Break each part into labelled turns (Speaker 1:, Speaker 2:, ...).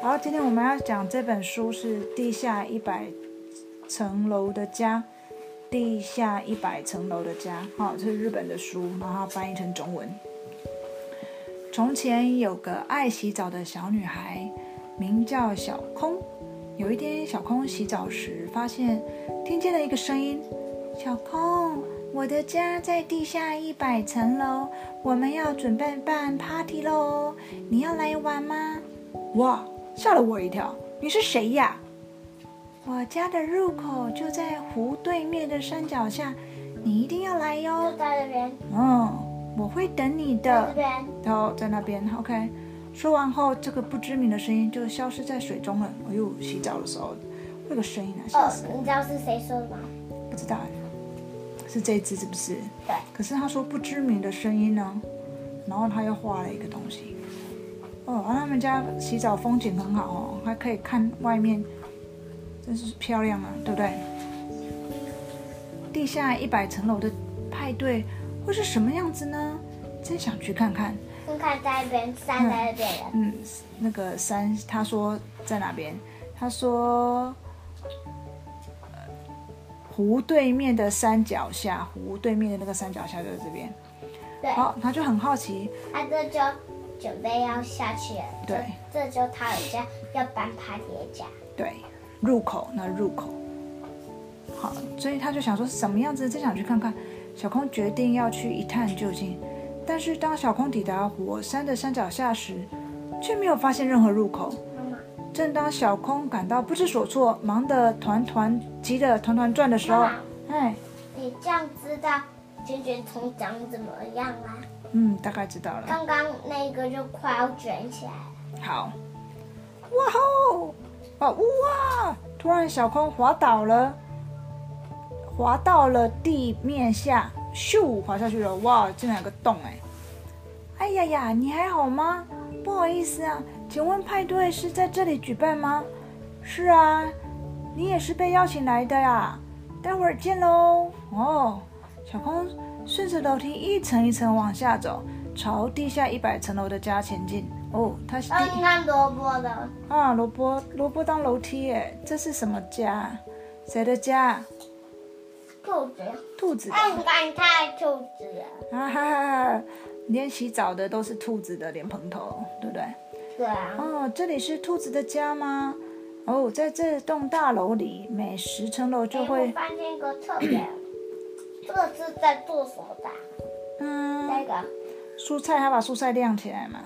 Speaker 1: 好，今天我们要讲这本书是《地下一百层楼的家》，《地下一百层楼的家》哈、这是日本的书，然后翻译成中文。从前有个爱洗澡的小女孩，名叫小空。有一天，小空洗澡时发现听见了一个声音：“小空，我的家在地下一百层楼，我们要准备办 party 喽，你要来玩吗？”哇，吓了我一跳！你是谁呀？我家的入口就在湖对面的山脚下，你一定要来哟
Speaker 2: 就。哦在这边，
Speaker 1: 嗯，我会等你
Speaker 2: 在
Speaker 1: 的
Speaker 2: 这。边，
Speaker 1: 然后在那边，OK。说完后，这个不知名的声音就消失在水中了。哎呦，洗澡的时候，那个声音啊，吓
Speaker 2: 哦
Speaker 1: 死，
Speaker 2: 你知道是谁说的吗？
Speaker 1: 人！不知道哎，是这一只是不是？
Speaker 2: 对。
Speaker 1: 可是他说不知名的声音呢，然后他又画了一个东西。哦，啊他们家洗澡风景很好哦，还可以看外面，真是漂亮啊，对不对？地下一百层楼的派对会是什么样子呢？真想去看看。
Speaker 2: 看看在这边，站在这边
Speaker 1: 嗯，那个山，他说在哪边？他说、呃湖对面的山脚下，湖对面的那个山脚下就在这边。
Speaker 2: 对，
Speaker 1: 好，他就很好奇，
Speaker 2: 他啊这就准备要下去了。
Speaker 1: 对
Speaker 2: 这，这就他有家要搬 party 的家。
Speaker 1: 对，入口那入口。好，所以他就想说什么样子，真想去看看。小空决定要去一探究竟，但是当小空抵达火山的山脚下时，却没有发现任何入口。
Speaker 2: 妈妈，
Speaker 1: 正当小空感到不知所措，忙得团团急得团团转的时候
Speaker 2: 妈妈，
Speaker 1: 哎，
Speaker 2: 你这样知道卷卷虫长怎么样啊？
Speaker 1: 嗯，大概知道了。
Speaker 2: 刚刚那个就快要卷起来了。
Speaker 1: 好，哇吼！啊哇！突然小空滑倒了，滑到了地面下，咻滑下去了。哇，竟然有个洞哎！哎呀呀，你还好吗？不好意思啊，请问派对是在这里举办吗？是啊，你也是被邀请来的呀。待会儿见喽。哦，小空顺着楼梯一层一层往下走，朝地下一百层楼的家前进。哦，它是第一
Speaker 2: 嗯，那萝卜的，
Speaker 1: 啊，萝卜萝卜当楼梯耶，这是什么家？谁的家？
Speaker 2: 兔子，
Speaker 1: 兔子的。
Speaker 2: 哎，你看太兔子了。
Speaker 1: 啊哈哈哈！连洗澡的都是兔子的莲蓬头，对不对？
Speaker 2: 对啊，
Speaker 1: 哦，这里是兔子的家吗？哦，在这栋大楼里，每十层楼就
Speaker 2: 哎我
Speaker 1: 会，
Speaker 2: 发现一个特别，这个是在做什么的啊？那
Speaker 1: 嗯，
Speaker 2: 个，
Speaker 1: 蔬菜还把蔬菜晾起来嘛，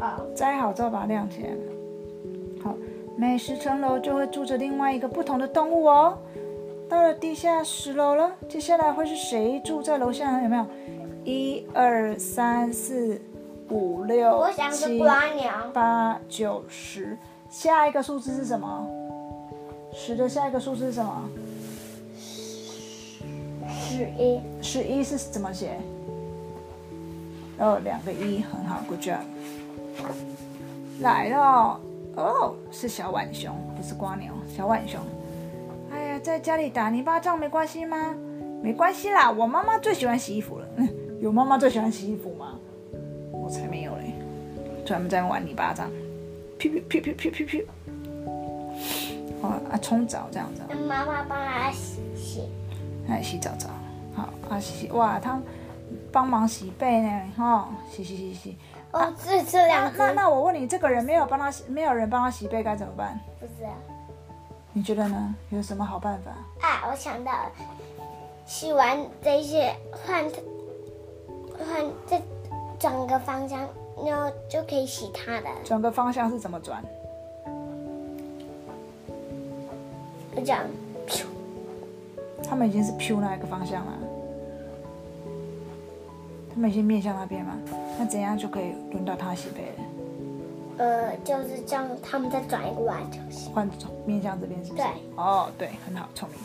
Speaker 2: 哦。
Speaker 1: 摘好之后把它晾起来嘛。好，每十层楼就会住着另外一个不同的动物哦。到了地下十楼了，接下来会是谁住在楼下呢？有没有？一二三四五六
Speaker 2: 我想是
Speaker 1: 七
Speaker 2: 瓜鸟，
Speaker 1: 八九十，下一个数字是什么？十的下一个数字是什么？
Speaker 2: 十一，
Speaker 1: 十一是怎么写？哦，两个一，很好，Good job。来了，哦，是小浣熊，不是瓜牛，小浣熊。哎呀，在家里打泥巴仗没关系吗？没关系啦，我妈妈最喜欢洗衣服了。 嗯有妈妈最喜欢洗衣服吗？我才没有嘞，专门在那边玩泥巴仗，噗噗噗噗噗噗噗。哦啊，冲澡这样子啊。
Speaker 2: 让妈妈帮他洗洗。
Speaker 1: 来洗澡澡，好啊洗哇，他帮忙洗背呢，哈、哦，洗洗洗洗。
Speaker 2: 哦，这这
Speaker 1: 那
Speaker 2: 两只
Speaker 1: 那那我问你，这个人没有帮他洗，没有人帮他洗背该怎么办？
Speaker 2: 不是啊
Speaker 1: 你觉得呢？有什么好办法？
Speaker 2: 啊，我想到了，洗完这呃些换换再转个方向，然后就可以洗它的了。
Speaker 1: 转个方向是怎么转？
Speaker 2: 就这样，噗
Speaker 1: 他们已经是 Q 那一个方向了，他们已经面向那边嘛，那怎样就可以轮到他洗背了？
Speaker 2: 呃，就是这样，他们再转一个弯就行。
Speaker 1: 换面向这边是不是？
Speaker 2: 对
Speaker 1: 哦，对，很好，聪明。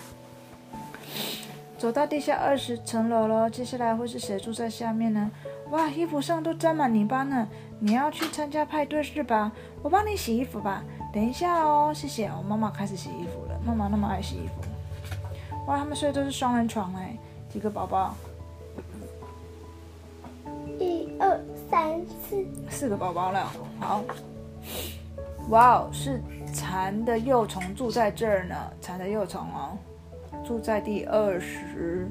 Speaker 1: 走到地下二十层楼了，接下来会是谁住在下面呢？哇，衣服上都沾满泥巴呢！你要去参加派对是吧？我帮你洗衣服吧，等一下哦，谢谢。我妈妈开始洗衣服了，妈妈那么爱洗衣服。哇，他们睡的都是双人床哎，几个宝宝，
Speaker 2: 一二三四，
Speaker 1: 四个宝宝了。好，哇哦，是蝉的幼虫住在这儿呢，蝉的幼虫哦，住在第二十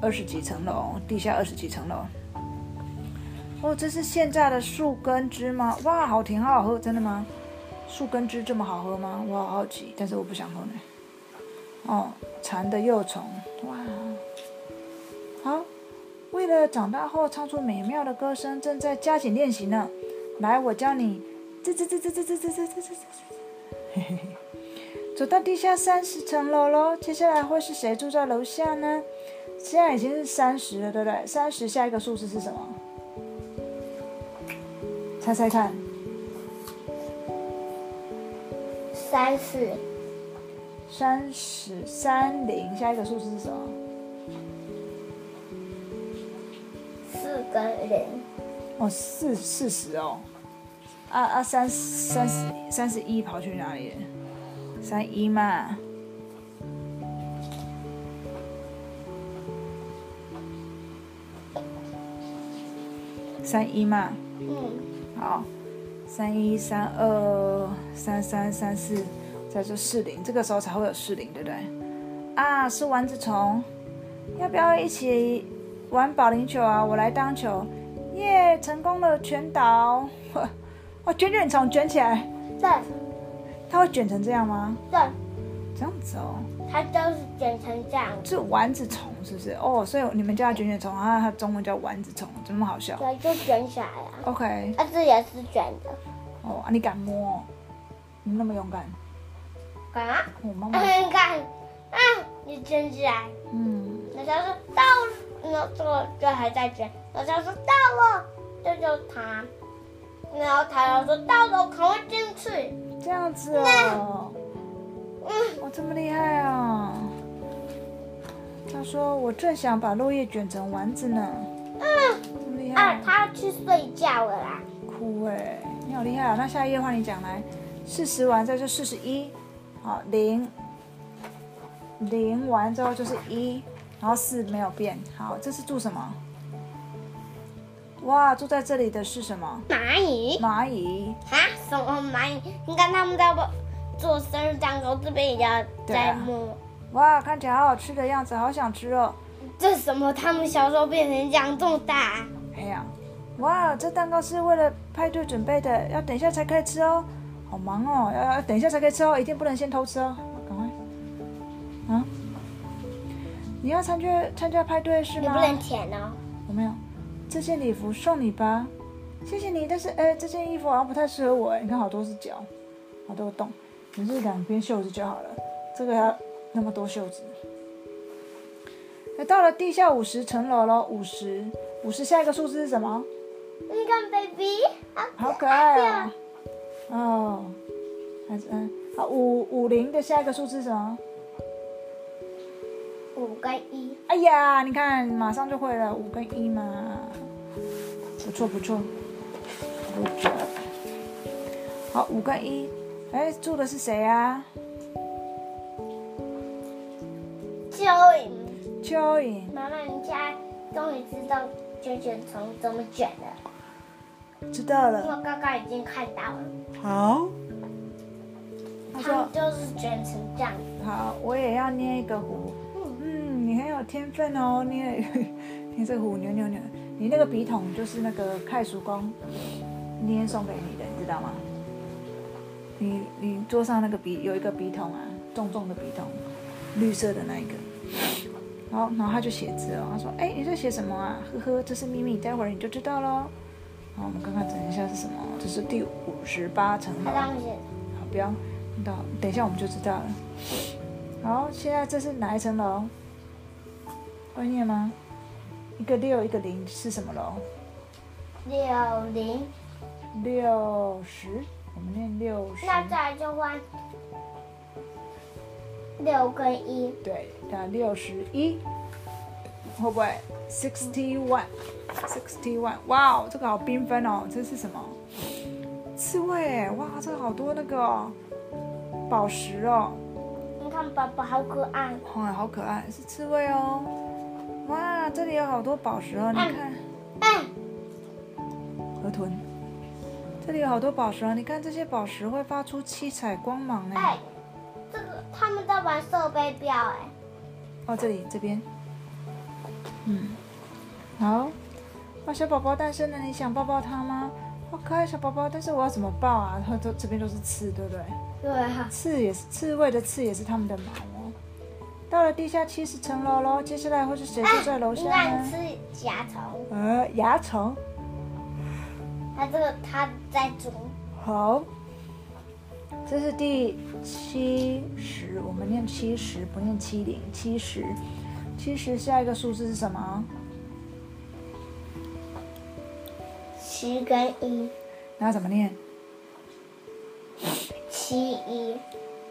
Speaker 1: 二十几层楼，地下二十几层楼。哦，这是现榨的树根汁吗？哇，好甜，好好喝，真的吗？树根汁这么好喝吗？我好好奇，但是我不想喝呢。哦，蝉的幼虫，哇，好，为了长大后唱出美妙的歌声，正在加紧练习呢。来，我教你，吱吱吱吱吱吱吱吱吱吱吱吱，嘿嘿嘿，走到地下三十层楼喽。接下来会是谁住在楼下呢？现在已经是三十了，对不对？三十下一个数字是什么？猜猜看，
Speaker 2: 三四
Speaker 1: 三十三零，下一个数字是什么？
Speaker 2: 四个人，
Speaker 1: 哦，四四十哦，啊啊三三十三十一跑去哪里了？三一嘛，三一嘛，
Speaker 2: 嗯，
Speaker 1: 好，三一三二三三三四，再说四零，这个时候才会有四零，对不对？啊，是丸子虫，要不要一起玩保龄球啊？我来当球，耶，成功了，全倒！ 哇，卷卷虫卷起来，
Speaker 2: 对
Speaker 1: 它会卷成这样吗？
Speaker 2: 对，
Speaker 1: 这样子哦，
Speaker 2: 它都是卷成这样，
Speaker 1: 是丸子虫是不是？哦，所以你们叫它卷卷虫啊，它中文叫丸子虫，怎么那么好笑
Speaker 2: 对，就卷起来了。
Speaker 1: ？OK，
Speaker 2: 啊，这也是卷的，
Speaker 1: 哦，啊你敢摸哦？你那么勇敢，哦
Speaker 2: 干嘛？
Speaker 1: 我、妈妈，
Speaker 2: 嗯，看，啊，你卷起来。
Speaker 1: 嗯。
Speaker 2: 老师说到了，那这个这还在卷。老师说到了，这就是它。然后他又说到了，我赶快进去。
Speaker 1: 这样子哦，
Speaker 2: 嗯，
Speaker 1: 哇，这么厉害啊！他说：“我正想把落叶卷成丸子呢。”嗯，这么厉害
Speaker 2: 啊，，他要去睡觉了啦。
Speaker 1: 哭哎、你好厉害啊！那下一页换你讲来，四十完之后就四十一，好零，零完之后就是一，然后四没有变。好，这是住什么？哇，住在这里的是什么？
Speaker 2: 蚂蚁
Speaker 1: 蚂蚁。
Speaker 2: 啊，什么蚂蚁？你看他们在做生日蛋糕，这边也要
Speaker 1: 对啊
Speaker 2: 在摸。
Speaker 1: 哇，看起来好好吃的样子，好想吃哦。
Speaker 2: 这什么？他们小时候变成这样这么大？
Speaker 1: 哎呀，哇，这蛋糕是为了派对准备的，要等一下才可以吃哦。好忙哦，要要等一下才可以吃哦，一定不能先偷吃哦，赶快。啊？你要参加参加派对是
Speaker 2: 你
Speaker 1: 吗？
Speaker 2: 不能舔哦。
Speaker 1: 我没有。这件礼服送你吧，谢谢你。但是哎，这件衣服好像不太适合我哎，你看好多是角，好多洞，只是两边袖子就好了，这个要那么多袖子。哎，到了地下五十层楼喽，五十，五十下一个数字是什么？
Speaker 2: 你看，baby，啊
Speaker 1: 好可爱哦。哦，还是嗯，好五五零的下一个数字是什么？
Speaker 2: 五跟一，
Speaker 1: 哎呀，你看，马上就会了，五跟一嘛，不错不错，不错。好，五跟一，哎，住的是谁啊？
Speaker 2: 蚯蚓。
Speaker 1: 蚯蚓。
Speaker 2: 妈妈，你现在终于知道卷卷虫怎么卷了，
Speaker 1: 知道
Speaker 2: 因
Speaker 1: 了。
Speaker 2: 为刚刚已经看到了，
Speaker 1: 好。他
Speaker 2: 它
Speaker 1: 说
Speaker 2: 们就是卷成这样。
Speaker 1: 好，我也要捏一个壶。
Speaker 2: 嗯，
Speaker 1: 嗯，你很有天分哦，捏 捏这个壶，扭扭扭。你那个笔筒就是那个太叔公捏送给你的，你知道吗？你你桌上那个笔有一个笔筒啊，重重的笔筒，绿色的那一个。然后然后他就写字哦，他说：“哎，你在写什么啊？呵呵，这是秘密，待会儿你就知道喽。”然后我们看看等一下是什么，这是第五十八层
Speaker 2: 它
Speaker 1: 楼。
Speaker 2: 上面写
Speaker 1: 好，不要到，等一下我们就知道了。好，现在这是哪一层楼？会念吗？一个六，一个零是什么楼？
Speaker 2: 六零，
Speaker 1: 六十，我们念六十。
Speaker 2: 那再来就换六跟一，
Speaker 1: 对，那六十一，会不会？Sixty one，sixty one，哇哦，这个好缤纷哦！这是什么？刺猬，哇，这个好多那个哦、宝石哦。
Speaker 2: 你看宝宝好可爱，
Speaker 1: 哇，哎好可爱，是刺猬哦。哇，这里有好多宝石哦，你看，
Speaker 2: 哎，
Speaker 1: 河豚，这这里有好多宝石啊！你看这些宝石会发出七彩光芒呢。
Speaker 2: 哎、这个他们在玩射飞镖哎、
Speaker 1: 哦，这里这边，嗯，好，哇，小宝宝诞生了，你想抱抱它吗？好可爱小宝宝，但是我要怎么抱啊？它都这边都是刺，对不对？
Speaker 2: 对啊，
Speaker 1: 刺也是刺猬的刺，也是它们的毛哦。到了地下七十层楼喽，接下来会是谁住在楼
Speaker 2: 你
Speaker 1: 下
Speaker 2: 乱
Speaker 1: 呢？
Speaker 2: 哎吃甲虫，
Speaker 1: 呃，蚜虫。
Speaker 2: 它这个它在煮，
Speaker 1: 好，这是第七十，我们念七十，不念七零，七十。七十下一个数字是什么？
Speaker 2: 十跟一，
Speaker 1: 那怎么念？
Speaker 2: 七一，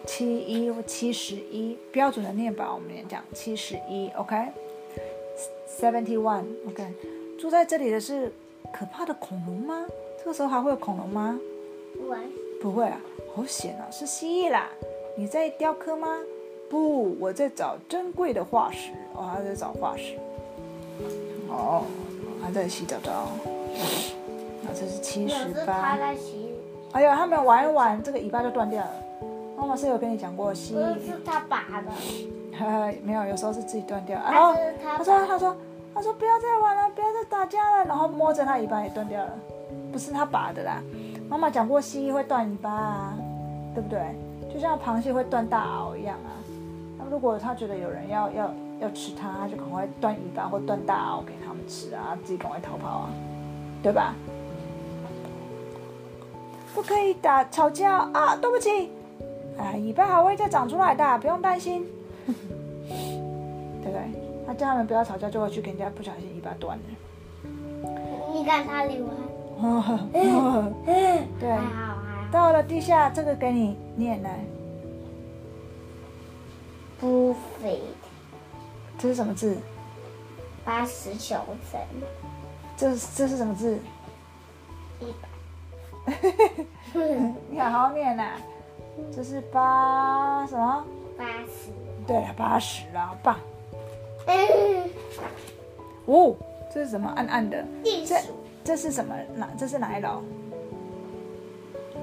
Speaker 1: 七一或七十一，标准的念法我们也讲七十一，OK，seventy one，OK。住在这里的是可怕的恐龙吗？这个时候还会有恐龙吗？
Speaker 2: 玩
Speaker 1: 不会啊，好险啊，是蜥蜴啦！你在雕刻吗？不，我在找珍贵的化石。哦，他在找化石。哦，他在洗澡澡。啊，这是七
Speaker 2: 有
Speaker 1: 十
Speaker 2: 时
Speaker 1: 八
Speaker 2: 它。在洗，
Speaker 1: 哎呦，他们玩一玩，这个尾巴就断掉了。妈妈是有跟你讲过蜥
Speaker 2: 不是
Speaker 1: 蜴。
Speaker 2: 是它拔的，
Speaker 1: 呃， 没有，有时候是自己断掉。然
Speaker 2: 但
Speaker 1: 后
Speaker 2: 是他
Speaker 1: 他说，他说，他说不要再玩了，不要再打架了。然后摸着他尾巴也断掉了，不是他拔的啦。妈妈讲过，蜥蜴会断尾巴啊，对不对？就像螃蟹会断大螯一样啊。那如果他觉得有人要要要吃它，他就赶快断尾巴或断大螯给他们吃啊，自己赶快逃跑啊，对吧？不可以打吵架啊！对不起，啊，尾巴还会再长出来的，不用担心。对不对？那叫他们不要吵架，就会去给人家不小心尾巴断了。
Speaker 2: 你看它流汗， 嗯
Speaker 1: 哎对
Speaker 2: 还好还好，
Speaker 1: 到了地下，这个给你念来，
Speaker 2: 不肥，
Speaker 1: 这是什么字？
Speaker 2: 八十九层，
Speaker 1: 这是这是什么字？
Speaker 2: 一百，
Speaker 1: 你好好念呐、啊这是八什么？
Speaker 2: 八十，
Speaker 1: 对了，八十啦，好棒！
Speaker 2: 嗯，
Speaker 1: 哦，这是什么？暗暗的，
Speaker 2: 地
Speaker 1: 这
Speaker 2: 鼠
Speaker 1: 这是什么？哪这是哪一楼？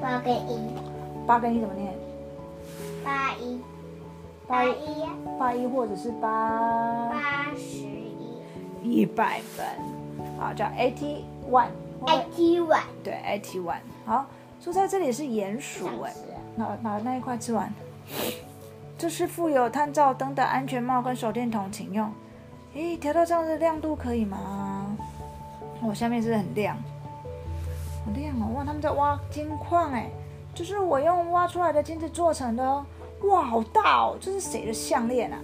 Speaker 2: 八跟一，
Speaker 1: 八跟一怎么念？
Speaker 2: 八一，
Speaker 1: 八
Speaker 2: 八
Speaker 1: 一
Speaker 2: 一，
Speaker 1: 八一或者是八
Speaker 2: 八十一
Speaker 1: 一百分，好叫 eighty one，
Speaker 2: ，IT 晚
Speaker 1: 对 eighty one，好，住在这里是鼹鼠
Speaker 2: 上
Speaker 1: 哎、
Speaker 2: 市。
Speaker 1: 把把那一块吃完。这是附有探照灯的安全帽跟手电筒，请用。咦，调到这样的亮度可以吗？我、下面是不是很亮，好亮哦！哇，他们在挖金矿哎，就是我用挖出来的金子做成的哦。哇，好大哦！这是谁的项链啊？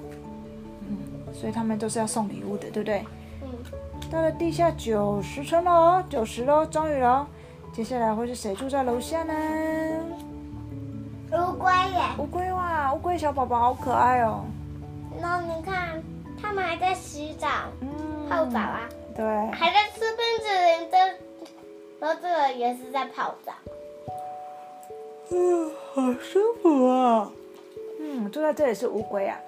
Speaker 1: 嗯，所以他们都是要送礼物的，对不对？
Speaker 2: 嗯，
Speaker 1: 到了地下九十层楼哦，九十喽，终于喽。接下来会是谁住在楼下呢？
Speaker 2: 乌龟耶。
Speaker 1: 乌龟哇，乌龟小宝宝好可爱哦。
Speaker 2: 然后你看，他们还在洗澡、
Speaker 1: 嗯
Speaker 2: 泡澡。啊，
Speaker 1: 对，
Speaker 2: 还在吃冰淇淋的。然后这个也是在泡澡，
Speaker 1: 嗯，好舒服啊。嗯，住在这里是乌龟啊，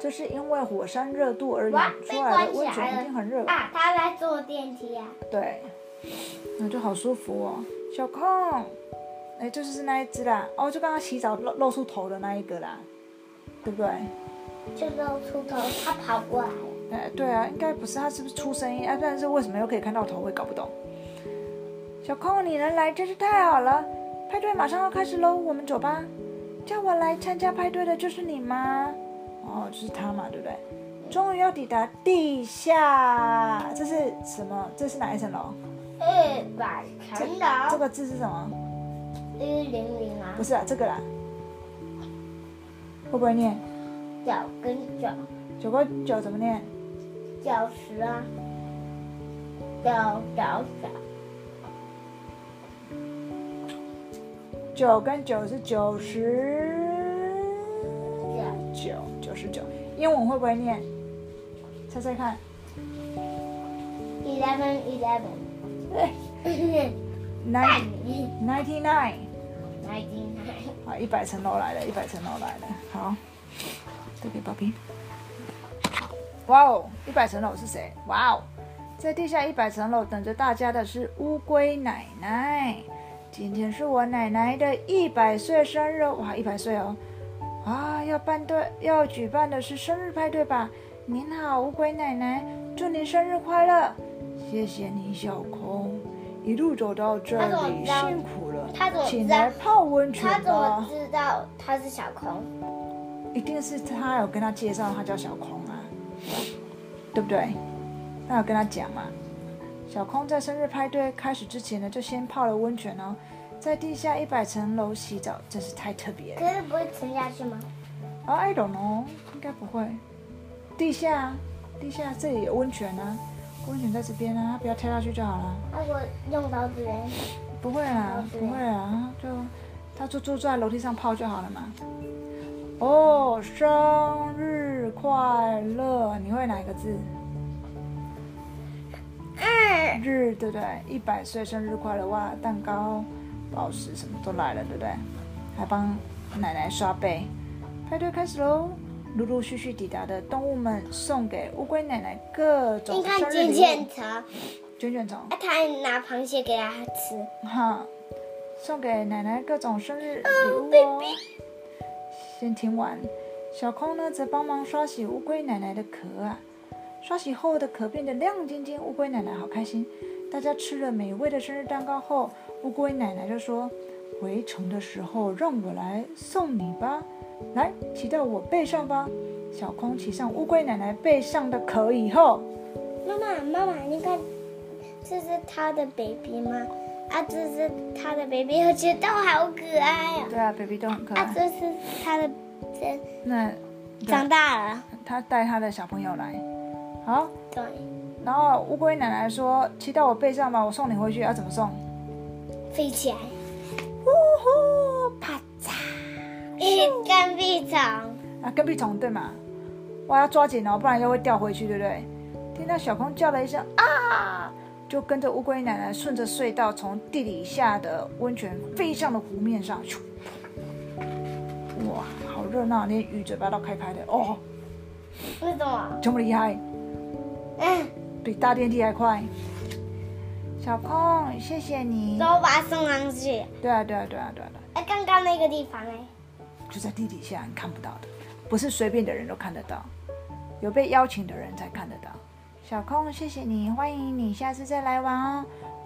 Speaker 1: 这是因为火山热度而引
Speaker 2: 哇
Speaker 1: 出来的
Speaker 2: 被关起来
Speaker 1: 温泉，
Speaker 2: 了
Speaker 1: 一定很热吧？
Speaker 2: 啊，他在坐电梯啊。
Speaker 1: 对，那就好舒服哦。小控，哎，这就是那一只啦，哦，就刚刚洗澡露露出头的那一个啦，对不对？
Speaker 2: 就露出头，他跑过来了。
Speaker 1: 哎，对啊，应该不是，它是不是出声音？哎，但是为什么又可以看到头？我也搞不懂。小空，你能来真是太好了！派对马上要开始喽，我们走吧。叫我来参加派对的就是你吗？哦，就是他嘛，对不对？终于要抵达地下，这是什么？这是哪一层楼？
Speaker 2: 一百层
Speaker 1: 这
Speaker 2: 楼，
Speaker 1: 个字是什么？
Speaker 2: 一零零啊
Speaker 1: 不，是啊，这个啦。会不会念？
Speaker 2: 九跟九，
Speaker 1: 九个九怎么念？
Speaker 2: 九十啊，九九九，
Speaker 1: 九跟九是九十
Speaker 2: 九
Speaker 1: 九九十九，英文会不会念？猜猜看。
Speaker 2: eleven eleven，
Speaker 1: Ninety
Speaker 2: 哎你
Speaker 1: ninety nine，
Speaker 2: 来进来，
Speaker 1: 好，啊一百层楼来了，一百层楼来了，好，这给宝贝。哇哦，一百层楼是谁？哇哦，在地下一百层楼等着大家的是乌龟奶奶。今天是我奶奶的一百岁生日，哇，一百岁哦！啊，要办对，要举办的是生日派对吧？您好，乌龟奶奶，祝您生日快乐！谢谢你，小空，一路走到这
Speaker 2: 他怎么
Speaker 1: 里，
Speaker 2: 知道
Speaker 1: 辛苦了。
Speaker 2: 他怎么
Speaker 1: 请
Speaker 2: 知
Speaker 1: 来
Speaker 2: 道？
Speaker 1: 泡温泉
Speaker 2: 他怎么
Speaker 1: 吧。
Speaker 2: 知道他是小空？
Speaker 1: 一定是他有跟他介绍，他叫小空啊，对不对？他有跟他讲嘛。小空在生日派对开始之前呢，就先泡了温泉哦，在地下一百层楼洗澡，真是太特别了。
Speaker 2: 可是不会沉下去吗？
Speaker 1: 啊、i don't know，应该不会。地下，地下这里有温泉啊，温泉在这边啊，他不要跳下去就好了。
Speaker 2: 那我用刀子嘞，
Speaker 1: 不会啦
Speaker 2: 哦，对
Speaker 1: 不会啦，就他就坐在楼梯上泡就好了嘛。哦，生日快乐！你会哪一个字？
Speaker 2: 嗯，
Speaker 1: 日对不对？一百岁生日快乐哇！蛋糕、宝石什么都来了，对不对？还帮奶奶刷背。派对开始喽！陆陆续续抵达的动物们送给乌龟奶奶各种
Speaker 2: 你看
Speaker 1: 生日礼
Speaker 2: 渐
Speaker 1: 物。
Speaker 2: 渐长，
Speaker 1: 卷卷虫，
Speaker 2: 啊啊，他还拿螃蟹给他吃，
Speaker 1: 哈，送给奶奶各种生日礼物哦。先听完，小空呢则帮忙刷洗乌龟奶奶的壳啊，刷洗后的壳变得亮晶晶，乌龟奶奶好开心。大家吃了美味的生日蛋糕后，乌龟奶奶就说：“回程的时候让我来送你吧，来骑到我背上吧。”小空骑上乌龟奶奶背上的壳以后，
Speaker 2: 妈妈，妈妈，你看，这是他的 baby 吗？啊，这是他的 baby，我觉得好可爱呀、
Speaker 1: 对啊，baby 啊都很可
Speaker 2: 啊！
Speaker 1: 爱。
Speaker 2: 这是他的，这
Speaker 1: 那
Speaker 2: 长大了，
Speaker 1: 他带他的小朋友来，好，
Speaker 2: 对，
Speaker 1: 然后乌龟奶奶说：“骑到我背上吧，我送你回去。”要怎么送？
Speaker 2: 飞起来，
Speaker 1: 呜呼，啪嚓！
Speaker 2: 一根臂长，
Speaker 1: 啊，跟屁虫对嘛？哇，要抓紧哦，不然又会掉回去，对不对？听到小空叫了一声啊，就跟着乌龟奶奶顺着隧道从地底下的温泉飞上了湖面上。咻哇，好热闹，连鱼嘴巴都开开的哦，
Speaker 2: 为什么？
Speaker 1: 这么厉害！
Speaker 2: 嗯，
Speaker 1: 比搭电梯还快。小空，谢谢你。
Speaker 2: 然后把它送上去。
Speaker 1: 对啊，对啊，对啊，对啊，对啊
Speaker 2: 哎，刚刚那个地方哎，
Speaker 1: 就在地底下，你看不到的，不是随便的人都看得到，有被邀请的人才看得到。小空，谢谢你，欢迎你下次再来玩哦。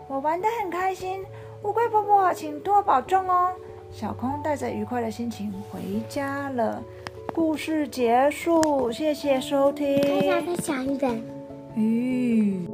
Speaker 1: 我玩得很开心，乌龟婆婆，请多保重哦。小空带着愉快的心情回家了。故事结束，谢谢收听。
Speaker 2: 再讲一本。
Speaker 1: 咦、